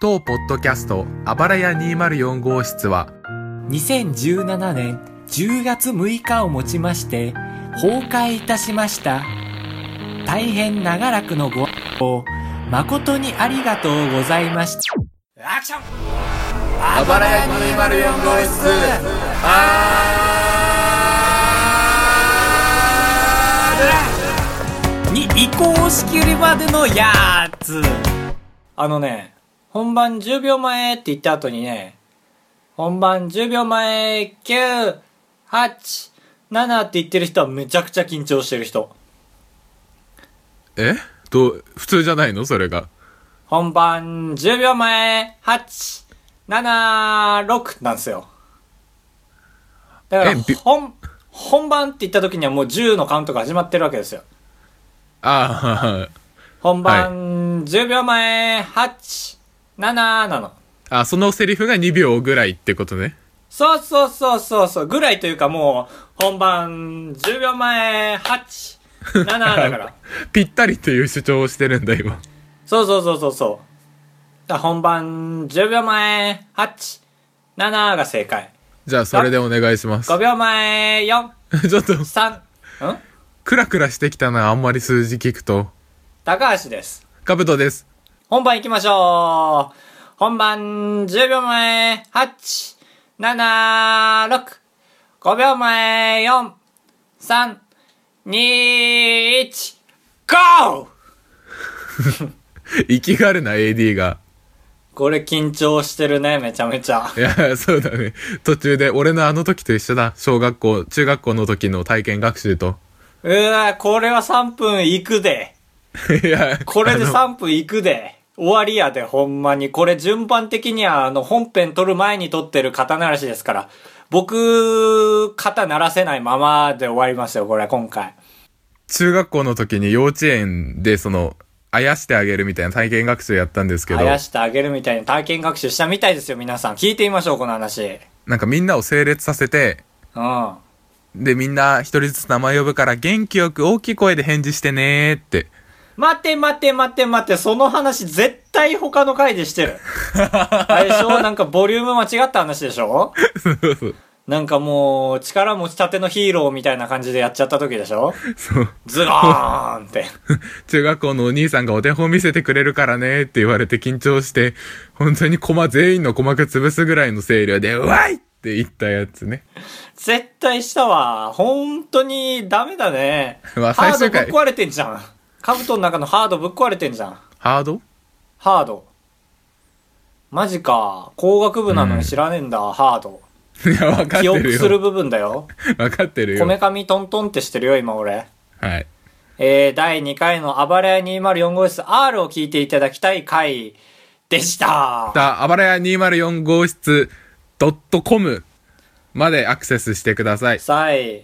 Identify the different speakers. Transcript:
Speaker 1: 当ポッドキャストあばらや204号室は
Speaker 2: 2017年10月6日をもちまして崩壊いたしました大変長らくのご愛聴誠にありがとうございましたアクションあ
Speaker 1: ばらや204号室
Speaker 2: に移行しきるまでのやつあのね本番10秒前って言った後にね本番10秒前987って言ってる人はめちゃくちゃ緊張してる人
Speaker 1: えと普通じゃないのそれが
Speaker 2: 本番10秒前876なんですよだから
Speaker 1: えび
Speaker 2: 本本番って言った時にはもう10のカウントが始まってるわけですよ
Speaker 1: あ
Speaker 2: 本番10秒前87なの
Speaker 1: ああそのセリフが2秒ぐらいってことね
Speaker 2: そうそうそうそうそうぐらいというかもう本番10秒前87だから
Speaker 1: ぴったりという主張をしてるんだ今
Speaker 2: そうそうそうそうそうだから本番10秒前87が正解
Speaker 1: じゃあそれでお願いします
Speaker 2: 5秒前4
Speaker 1: ちょっと
Speaker 2: 3ん
Speaker 1: クラクラしてきたなあんまり数字聞くと
Speaker 2: 高橋です。
Speaker 1: カブトです
Speaker 2: 本番行きましょう本番10秒前、8、7、6、5秒前、4、3、2、1、GO!
Speaker 1: 生きがるな AD が
Speaker 2: これ緊張してるね、めちゃめちゃ。
Speaker 1: いや、そうだね。途中で、俺のあの時と一緒だ。小学校、中学校の時の体験学習と。
Speaker 2: うわこれは3分いくで。
Speaker 1: いや、
Speaker 2: これで
Speaker 1: あの
Speaker 2: 3分いくで。終わりやで、ほんまに。これ順番的には、あの、本編撮る前に撮ってる肩鳴らしですから。僕、肩鳴らせないままで終わりますよ、これ、今回。
Speaker 1: 中学校の時に幼稚園で、その、あやしてあげるみたいな体験学習やったんですけ
Speaker 2: あ
Speaker 1: ど、
Speaker 2: やしてあげるみたいな体験学習したみたいですよ、皆さん。聞いてみましょう、この話。
Speaker 1: なんかみんなを整列させて、
Speaker 2: うん。
Speaker 1: で、みんな一人ずつ名前呼ぶから元気よく大きい声で返事してねー って。
Speaker 2: 待て待て待て待て、その話絶対他の回でして る。あれでしょなんかボリューム間違った話でしょ
Speaker 1: そうそう。
Speaker 2: なんかもう、力持ちたてのヒーローみたいな感じでやっちゃった時でしょ
Speaker 1: そう。
Speaker 2: ズゴーンって。
Speaker 1: 中学校のお兄さんがお手本見せてくれるからねって言われて緊張して、本当にコマ全員の鼓膜潰すぐらいの声量で、うわいって言ったやつね。
Speaker 2: 絶対したわ。本当にダメだね。
Speaker 1: うわ最
Speaker 2: ハード
Speaker 1: 終
Speaker 2: ぶっ
Speaker 1: 回
Speaker 2: 壊れてんじゃん。カブトの中のハードぶっ壊れてんじゃん。
Speaker 1: ハード
Speaker 2: ハード。マジか。工学部なのに知らねえんだ、ハード。
Speaker 1: いや、わかって
Speaker 2: 記憶
Speaker 1: る
Speaker 2: す
Speaker 1: よ。
Speaker 2: る部分だよ。
Speaker 1: わかってる
Speaker 2: こ
Speaker 1: よ。
Speaker 2: めかみトントンってしてるよ、今俺。
Speaker 1: はい。
Speaker 2: えー、第2回の暴れ屋204号室 R を聞いていただきたい回でした。
Speaker 1: だ、あばらや204号室 .com までアクセスしてください。
Speaker 2: さい。